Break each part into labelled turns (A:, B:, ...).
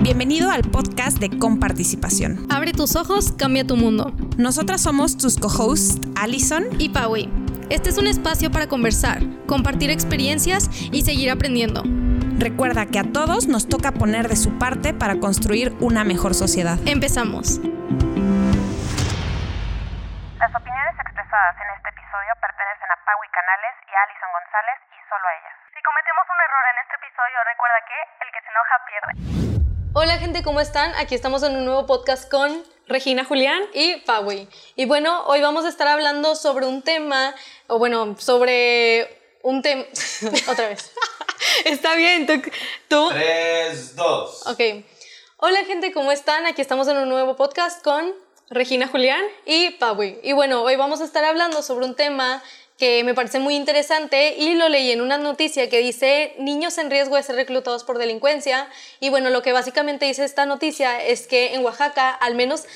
A: Bienvenido al podcast de Comparticipación.
B: Abre tus ojos, cambia tu mundo.
A: Nosotras somos tus co-hosts Allison
B: Y Paui, este es un espacio para conversar, compartir experiencias y seguir aprendiendo.
A: Recuerda que a todos nos toca poner de su parte para construir una mejor sociedad.
B: Empezamos.
C: Las opiniones expresadas en este episodio pertenecen a Pau y Canales y a Alison González y solo a ellas. Si cometemos un error en este episodio, recuerda que el que se enoja pierde.
B: Hola gente, ¿cómo están? Aquí estamos en un nuevo podcast con
D: Regina Julián.
B: y Paui. Y bueno, hoy vamos a estar hablando sobre un tema, o bueno, sobre un tema... Otra vez.
D: Está bien, tú. tú-
E: 3, 2.
B: Ok. Hola gente, ¿cómo están? Aquí estamos en un nuevo podcast con
D: Regina Julián.
B: y Paui. Y bueno, hoy vamos a estar hablando sobre un tema que me parece muy interesante y lo leí en una noticia que dice niños en riesgo de ser reclutados por delincuencia. Y bueno, lo que básicamente dice esta noticia es que en Oaxaca al menos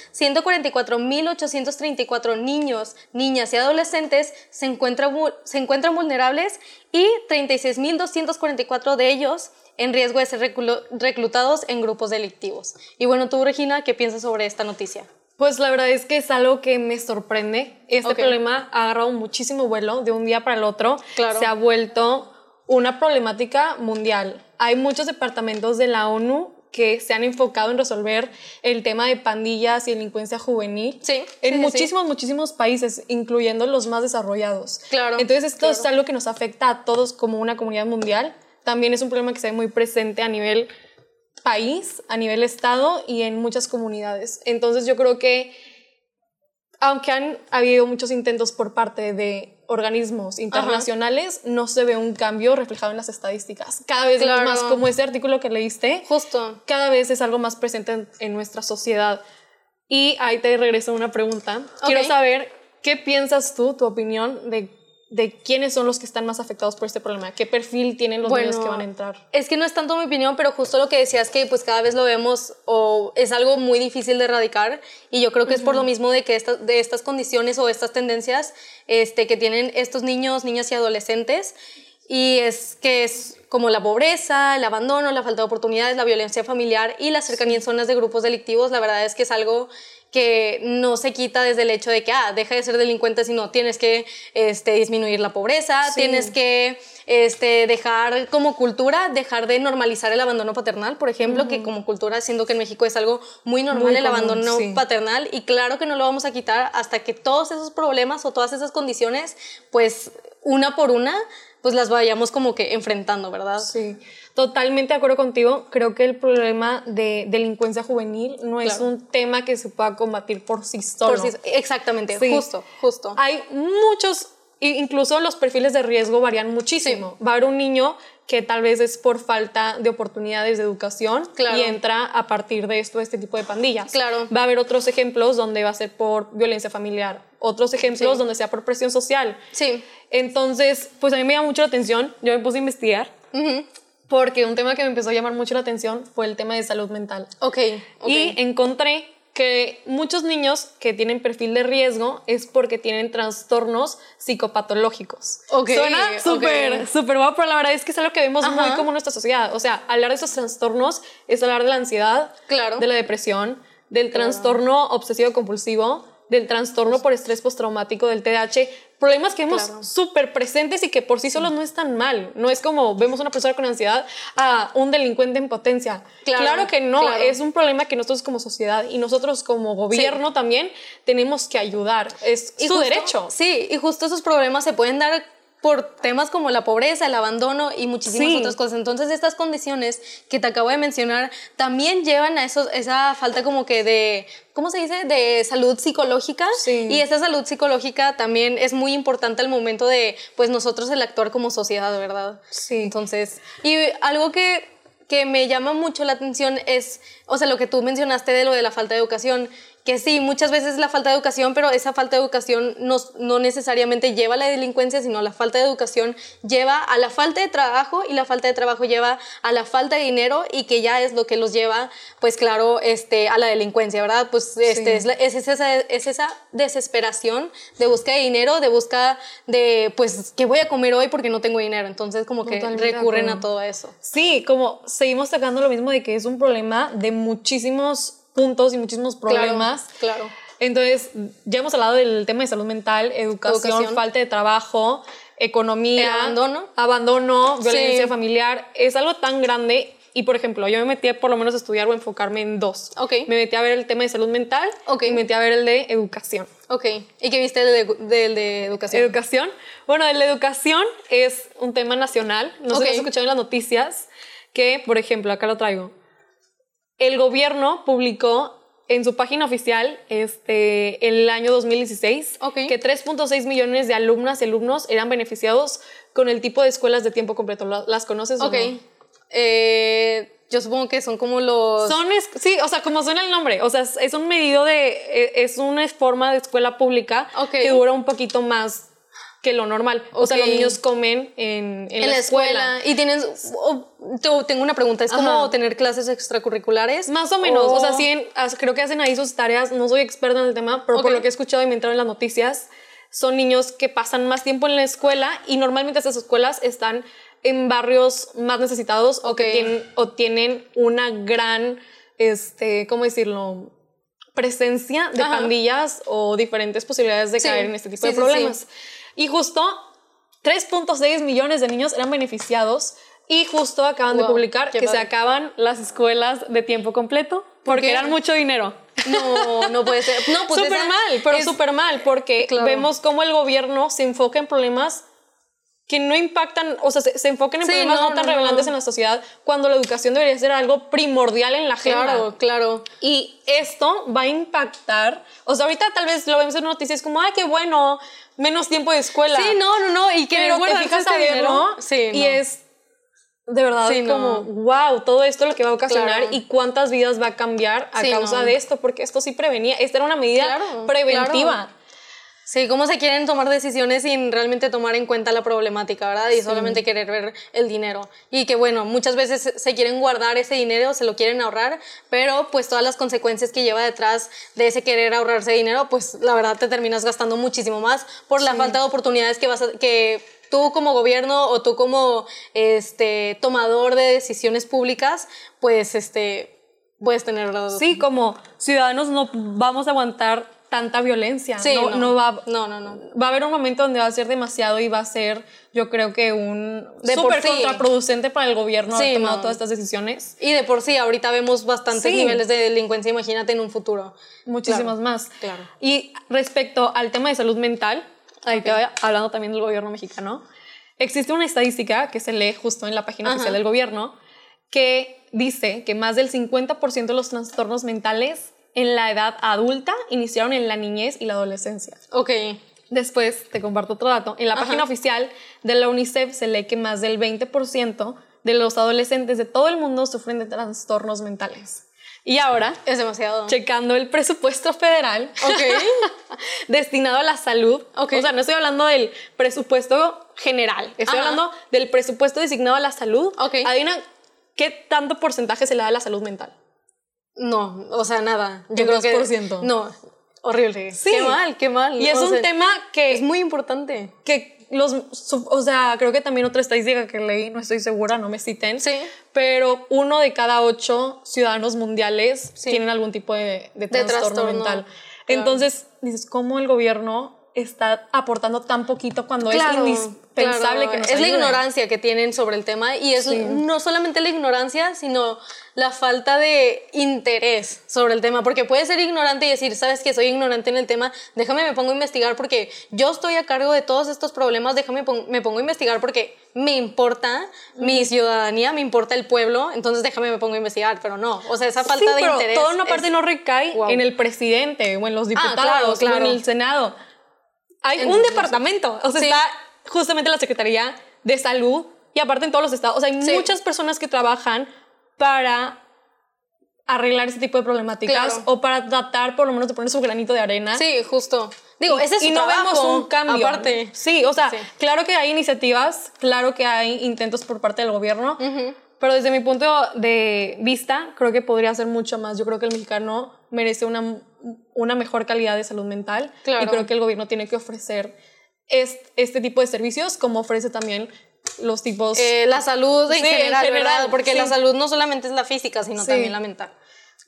B: 144.834 niños, niñas y adolescentes se encuentran, vu- se encuentran vulnerables y 36.244 de ellos en riesgo de ser reclu- reclutados en grupos delictivos. Y bueno, tú Regina, ¿qué piensas sobre esta noticia?
D: Pues la verdad es que es algo que me sorprende. Este
B: Ok.
D: problema ha agarrado muchísimo vuelo de un día para el otro.
B: Claro.
D: Se ha vuelto una problemática mundial. Hay muchos departamentos de la ONU que se han enfocado en resolver el tema de pandillas y delincuencia juvenil
B: Sí, sí,
D: en
B: sí,
D: muchísimos, muchísimos países, incluyendo los más desarrollados.
B: Claro,
D: Entonces esto es
B: claro.
D: algo que nos afecta a todos como una comunidad mundial. También es un problema que se ve muy presente a nivel país, a nivel estado y en muchas comunidades. Entonces yo creo que aunque han habido muchos intentos por parte de organismos internacionales, no se ve un cambio reflejado en las estadísticas. Cada vez vemos
B: Claro.
D: más como ese artículo que leíste,
B: Justo.
D: cada vez es algo más presente en, en nuestra sociedad. Y ahí te regreso una pregunta. Quiero
B: Ok.
D: saber qué piensas tú, tu opinión de, de quiénes son los que están más afectados por este problema, qué perfil tienen los niños que van a entrar.
B: Es que no es tanto mi opinión, pero justo lo que decías que pues cada vez lo vemos o es algo muy difícil de erradicar y yo creo que es por lo mismo de que estas de estas condiciones o estas tendencias este, que tienen estos niños, niñas y adolescentes y es que es como la pobreza, el abandono, la falta de oportunidades, la violencia familiar y la cercanía en zonas de grupos delictivos, la verdad es que es algo que no se quita desde el hecho de que, ah, deja de ser delincuente, sino tienes que este, disminuir la pobreza,
D: Sí.
B: tienes que este, dejar como cultura, dejar de normalizar el abandono paternal, por ejemplo, que como cultura, siendo que en México es algo muy normal
D: Muy
B: el
D: común,
B: abandono
D: sí.
B: paternal, y claro que no lo vamos a quitar hasta que todos esos problemas o todas esas condiciones, pues una por una, pues las vayamos como que enfrentando, ¿verdad?
D: Sí, totalmente de acuerdo contigo. Creo que el problema de delincuencia juvenil no es
B: Claro.
D: un tema que se pueda combatir por sí solo.
B: Por si- exactamente,
D: Sí.
B: justo, justo.
D: Hay muchos, i- incluso los perfiles de riesgo varían muchísimo. Va a haber un niño que tal vez es por falta de oportunidades de educación
B: Claro.
D: y entra a partir de esto, este tipo de pandillas.
B: Claro.
D: Va a haber otros ejemplos donde va a ser por violencia familiar, otros ejemplos
B: Sí.
D: donde sea por presión social.
B: Sí.
D: Entonces, pues a mí me llama mucho la atención, yo me puse a investigar,
B: Ujú.
D: porque un tema que me empezó a llamar mucho la atención fue el tema de salud mental.
B: Ok, ok.
D: Y encontré que muchos niños que tienen perfil de riesgo es porque tienen trastornos psicopatológicos.
B: Ok,
D: Suena
B: ok.
D: súper, súper guapo, pero la verdad es que es algo que vemos muy
B: Ajá.
D: común en nuestra sociedad. O sea, hablar de esos trastornos es hablar de la ansiedad,
B: Claro.
D: de la depresión, del trastorno obsesivo-compulsivo, del trastorno por estrés postraumático, del TDAH. Problemas que vemos
B: Claro.
D: súper presentes y que por sí solos no están mal. No es como vemos a una persona con ansiedad a un delincuente en potencia.
B: Claro,
D: Claro, que no,
B: claro.
D: es un problema que nosotros como sociedad y nosotros como gobierno también tenemos que ayudar. Es
B: Y
D: su
B: justo-
D: derecho.
B: Sí, y justo esos problemas se pueden dar por temas como la pobreza, el abandono y muchísimas
D: Sí.
B: otras cosas. Entonces, estas condiciones que te acabo de mencionar también llevan a esos, esa falta como que de, ¿cómo se dice? De salud psicológica.
D: Sí.
B: Y esa salud psicológica también es muy importante al momento de, pues, nosotros el actuar como sociedad, ¿verdad?
D: Sí.
B: Entonces, y algo que, que me llama mucho la atención es, o sea, lo que tú mencionaste de lo de la falta de educación. que sí, muchas veces es la falta de educación, pero esa falta de educación nos, no necesariamente lleva a la delincuencia, sino la falta de educación lleva a la falta de trabajo y la falta de trabajo lleva a la falta de dinero y que ya es lo que los lleva, pues claro, este, a la delincuencia, ¿verdad? Pues este, es, la- es- es esa, es esa desesperación de busca de dinero, de busca de, pues, ¿qué voy a comer hoy porque no tengo dinero? Entonces como que
D: Totalmente de
B: recurren a
D: acuerdo.
B: todo eso.
D: Sí, como seguimos sacando lo mismo de que es un problema de muchísimos puntos y muchísimos
B: Claro,
D: problemas.
B: claro.
D: Entonces, ya hemos hablado del tema de salud mental, educación,
B: Educación.
D: falta de trabajo, economía,
B: El abandono.
D: abandono, violencia
B: Sí.
D: familiar. Es algo tan grande. Y, por ejemplo, yo me metí a por lo menos a estudiar o enfocarme en dos.
B: Ok.
D: Me metí a ver el tema de salud mental
B: Ok.
D: y me metí a ver el de educación.
B: Ok, ¿y qué viste del de, del de educación?
D: Educación. Bueno, la educación es un tema nacional. No sé
B: Ok.
D: si has escuchado en las noticias que, por ejemplo, acá lo traigo. El gobierno publicó en su página oficial este, el año 2016
B: Ok.
D: que 3.6 millones de alumnas y alumnos eran beneficiados con el tipo de escuelas de tiempo completo. ¿La- ¿Las conoces? o
B: Ok.
D: no?
B: Eh, yo supongo que son como los...
D: Son, es- sí, o sea, como suena el nombre, o sea, es, es un medido de, e- es una forma de escuela pública
B: Ok.
D: que dura un poquito más que lo normal. O sea,
B: Ok.
D: los niños comen en, en
B: en la escuela. Y tienen... o- te- tengo una pregunta, ¿es como
D: Ajá.
B: tener clases extracurriculares?
D: Más o menos, o sea, sí,
B: sí.
D: en- as- creo que hacen ahí sus tareas, no soy experta en el tema, pero
B: Ok.
D: por lo que he escuchado y me entraron en las noticias, son niños que pasan más tiempo en la escuela y normalmente estas escuelas están en barrios más necesitados o,
B: Ok.
D: que tienen, o tienen una gran, este, ¿cómo decirlo? presencia de
B: Ajá.
D: pandillas o diferentes posibilidades de
B: Sí,
D: caer en este tipo
B: sí,
D: de
B: sí, sí.
D: problemas. Y justo 3.6 millones de niños eran beneficiados y justo acaban de
B: Wow,
D: publicar
B: qué
D: que se
B: padre.
D: acaban las escuelas de tiempo completo porque
B: qué?
D: eran mucho dinero.
B: No, no puede ser. No, pues
D: súper
B: esa
D: mal, pero
B: es-
D: súper mal porque
B: Claro.
D: vemos cómo el gobierno se enfoca en problemas que no impactan, o sea, se, se enfocan en
B: Sí,
D: problemas
B: no,
D: no, tan
B: no, no.
D: relevantes en la sociedad cuando la educación debería ser algo primordial en la agenda.
B: Claro, claro.
D: Y esto va a impactar, o sea, ahorita tal vez lo vemos en noticias como, ay, qué bueno, menos tiempo de escuela.
B: Sí, no, no, no. Y que
D: pero te fijas a verlo
B: Sí,
D: y
B: no.
D: es de verdad
B: Sí, no.
D: como, wow, todo esto lo que va a ocasionar
B: Claro.
D: y cuántas vidas va a cambiar a
B: Sí,
D: causa
B: no.
D: de esto, porque esto sí prevenía, esta era una medida
B: Claro,
D: preventiva.
B: Sí, cómo se quieren tomar decisiones sin realmente tomar en cuenta la problemática, ¿verdad? Y solamente querer ver el dinero. Y que bueno, muchas veces se- se quieren guardar ese dinero, se lo quieren ahorrar, pero pues todas las consecuencias que lleva detrás de ese querer ahorrarse dinero, pues la verdad te terminas gastando muchísimo más por la falta de oportunidades que vas a, que tú como gobierno o tú como este tomador de decisiones públicas, pues este puedes tener ¿verdad?
D: Sí, como ciudadanos no vamos a aguantar tanta violencia,
B: Sí,
D: no, no va
B: no, no, no.
D: va a haber un momento donde va a ser demasiado y va a ser, yo creo que un
B: De por
D: súper
B: sí.
D: contraproducente para el gobierno
B: Sí,
D: haber tomado
B: no.
D: todas estas decisiones.
B: Y de por sí, ahorita vemos bastantes
D: Sí.
B: niveles de delincuencia, imagínate en un futuro.
D: muchísimas
B: Claro,
D: más.
B: claro.
D: Y respecto al tema de salud mental, ahí te
B: Ok.
D: voy hablando también del gobierno mexicano, existe una estadística que se lee justo en la página
B: Ajá.
D: oficial del gobierno que dice que más del 50% de los trastornos mentales en la edad adulta iniciaron en la niñez y la adolescencia.
B: Ok,
D: Después te comparto otro dato. En la
B: Ajá.
D: página oficial de la UNICEF se lee que más del 20% de los adolescentes de todo el mundo sufren de trastornos mentales. Y ahora
B: es demasiado.
D: checando el presupuesto federal
B: Ok,
D: destinado a la salud.
B: Ok.
D: O sea, no estoy hablando del presupuesto general, estoy
B: Ajá.
D: hablando del presupuesto designado a la salud.
B: Ok.
D: Adivina qué tanto porcentaje se le da a la salud mental.
B: no, o sea, nada. Yo creo que...
D: 2%.
B: No, horrible.
D: Sí.
B: Qué mal, qué mal.
D: Y es
B: O
D: un
B: sea,
D: tema que
B: Es muy importante.
D: que los, su- o sea, creo que también otra estadística que leí, no estoy segura, no me citen,
B: Sí.
D: pero uno de cada ocho ciudadanos mundiales
B: Sí.
D: tienen algún tipo de, de
B: De
D: trastorno,
B: trastorno,
D: mental.
B: claro.
D: Entonces, dices, ¿cómo el gobierno está aportando tan poquito cuando
B: Claro,
D: es indispensable
B: claro.
D: que nos
B: Es la
D: ayuden?
B: ignorancia que tienen sobre el tema y es
D: Sí.
B: no solamente la ignorancia, sino la falta de interés sobre el tema, porque puedes ser ignorante y decir, sabes que soy ignorante en el tema, déjame me pongo a investigar porque yo estoy a cargo de todos estos problemas, déjame pon- me pongo a investigar porque me importa
D: Mm.
B: mi ciudadanía, me importa el pueblo, entonces déjame me pongo a investigar, pero no, o sea, esa falta
D: sí,
B: de
D: pero
B: interés.
D: toda una
B: es-
D: parte no recae
B: Wow.
D: en el presidente o en los diputados
B: claro, claro.
D: o en el Senado. Hay un
B: Entonces,
D: departamento, o sea,
B: sí.
D: está justamente la Secretaría de Salud y aparte en todos los estados, o sea, hay
B: Sí.
D: muchas personas que trabajan para arreglar ese tipo de problemáticas
B: Claro.
D: o para tratar por lo menos de poner su granito de arena.
B: Sí, justo. Digo,
D: Y-
B: ese es su
D: y no
B: trabajo,
D: vemos un cambio.
B: Aparte.
D: Sí, o sea,
B: Sí.
D: claro que hay iniciativas, claro que hay intentos por parte del gobierno, pero desde mi punto de vista creo que podría hacer mucho más. Yo creo que el mexicano merece una, una mejor calidad de salud mental y
B: Claro.
D: creo que el gobierno tiene que ofrecer est- este, tipo de servicios como ofrece también los tipos...
B: Eh, la salud en
D: Pues, Sí, en
B: general,
D: general,
B: ¿verdad? Porque
D: sí.
B: la salud no solamente es la física, sino
D: Sí.
B: también la mental.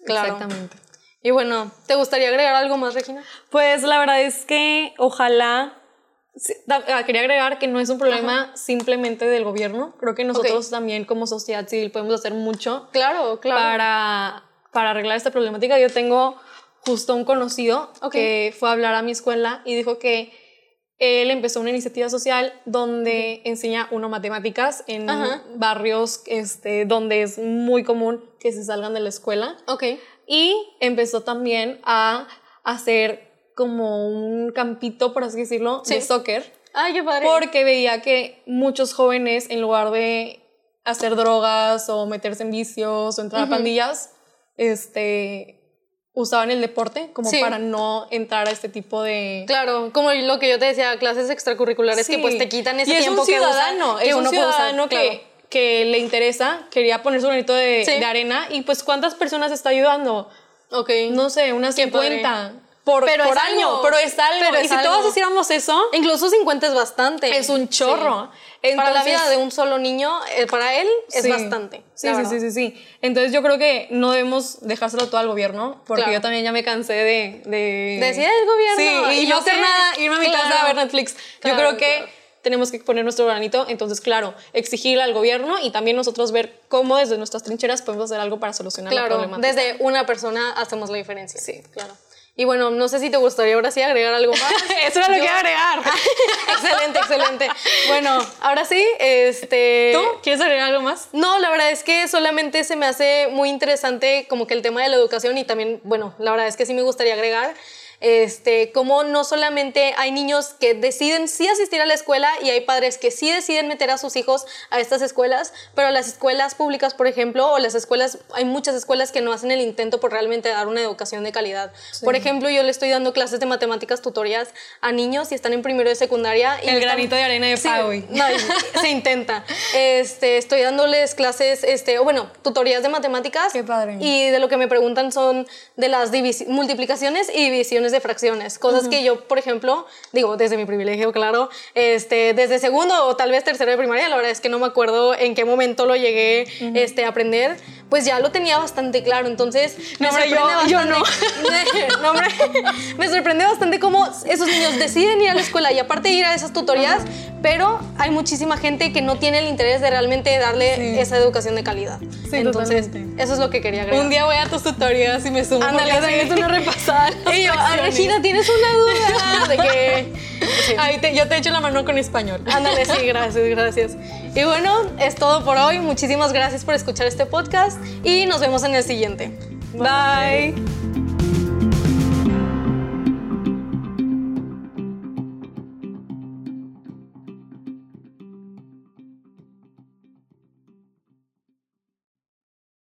B: Claro.
D: Exactamente.
B: Y bueno, ¿te gustaría agregar algo más, Regina?
D: Pues la verdad es que ojalá... sí, da- ah, Quería agregar que no es un problema simplemente del gobierno. Creo que nosotros también como sociedad civil podemos hacer mucho
B: Claro,
D: para, para arreglar esta problemática. Yo tengo justo un conocido
B: Ok.
D: que fue a hablar a mi escuela y dijo que él empezó una iniciativa social donde enseña uno matemáticas en
B: Ajá.
D: barrios este, donde es muy común que se salgan de la escuela.
B: Ok.
D: Y empezó también a hacer como un campito, por así decirlo, de
B: Sí.
D: soccer.
B: Ay, qué Ah, padre.
D: Porque veía que muchos jóvenes, en lugar de hacer drogas o meterse en vicios o entrar
B: Ujú.
D: a pandillas, este, usaban el deporte como
B: Sí.
D: para no entrar a este tipo de...
B: Claro, como lo que yo te decía, clases extracurriculares que
D: Sí.
B: pues te quitan ese
D: Y es
B: tiempo
D: un
B: que usa-
D: ciudadano,
B: que
D: es un
B: uno puede usar,
D: ciudadano que,
B: claro.
D: que le interesa, quería poner su granito de,
B: Sí.
D: de arena y pues ¿cuántas personas está ayudando?
B: Ok.
D: No sé, unas
B: Qué padre.
D: 50 por,
B: Pero
D: por
B: es
D: año,
B: algo.
D: pero es algo.
B: Pero
D: y
B: es
D: si
B: algo.
D: todos hiciéramos eso,
B: Incluso 50 es bastante.
D: es un chorro.
B: Sí. para la
D: Entonces-
B: vida de un solo niño, eh, para él es
D: Sí.
B: bastante.
D: Sí,
B: la
D: sí,
B: verdad.
D: sí, sí, sí. Entonces yo creo que no debemos dejárselo todo al gobierno, porque
B: Claro.
D: yo también ya me cansé de... De
B: Decir, "Ay, el gobierno",
D: Sí, y,
B: y
D: no
B: no
D: hacer
B: sé.
D: nada, irme a mi casa a
B: Claro.
D: ver Netflix.
B: Claro,
D: yo creo que
B: claro.
D: tenemos que poner nuestro granito, entonces claro, exigirle al gobierno y también nosotros ver cómo desde nuestras trincheras podemos hacer algo para solucionar el
B: Claro,
D: problema.
B: desde una persona hacemos la diferencia. Sí, claro. Y bueno, no sé si te gustaría ahora sí agregar algo más.
D: Eso era lo
B: Yo-
D: que iba a agregar.
B: excelente, excelente. Bueno, ahora sí, este...
D: ¿Tú quieres agregar algo más?
B: No, la verdad es que solamente se me hace muy interesante como que el tema de la educación y también, bueno, la verdad es que sí me gustaría agregar, este, cómo no solamente hay niños que deciden sí asistir a la escuela y hay padres que sí deciden meter a sus hijos a estas escuelas, pero las escuelas públicas, por ejemplo, o las escuelas, hay muchas escuelas que no hacen el intento por realmente dar una educación de calidad. Por ejemplo, yo le estoy dando clases de matemáticas tutorías a niños y están en primero de secundaria. y
D: El
B: están-
D: granito de arena de
B: Sí,
D: Paui.
B: no, se intenta. Este, estoy dándoles clases, este, o bueno, tutorías de matemáticas.
D: Qué padre.
B: Y de lo que me preguntan son de las divisi- multiplicaciones y divisiones de fracciones. Cosas que yo, por ejemplo, digo, desde mi privilegio, claro, este, desde segundo o tal vez tercero de primaria, la verdad es que no me acuerdo en qué momento lo llegué este, a aprender, pues ya lo tenía bastante claro. Entonces,
D: No,
B: me
D: hombre, yo-
B: sorprende
D: yo no.
B: bastante- no, hombre, me sorprende bastante cómo esos niños deciden ir a la escuela y aparte ir a esas tutorías, pero hay muchísima gente que no tiene el interés de realmente darle
D: Sí.
B: esa educación de calidad.
D: Sí,
B: Entonces,
D: totalmente.
B: eso es lo que quería agregar.
D: Un día voy a tus tutorías y me sumo.
B: Ándale,
D: porque
B: ándale,
D: sí.
B: tú no repasar. Y yo, "Ah, Regina, tienes una duda de que... Sí.
D: Ahí te- yo te echo la mano con español.
B: Ándale, sí, gracias, gracias. Y bueno, es todo por hoy. Muchísimas gracias por escuchar este podcast y nos vemos en el siguiente.
D: Bye.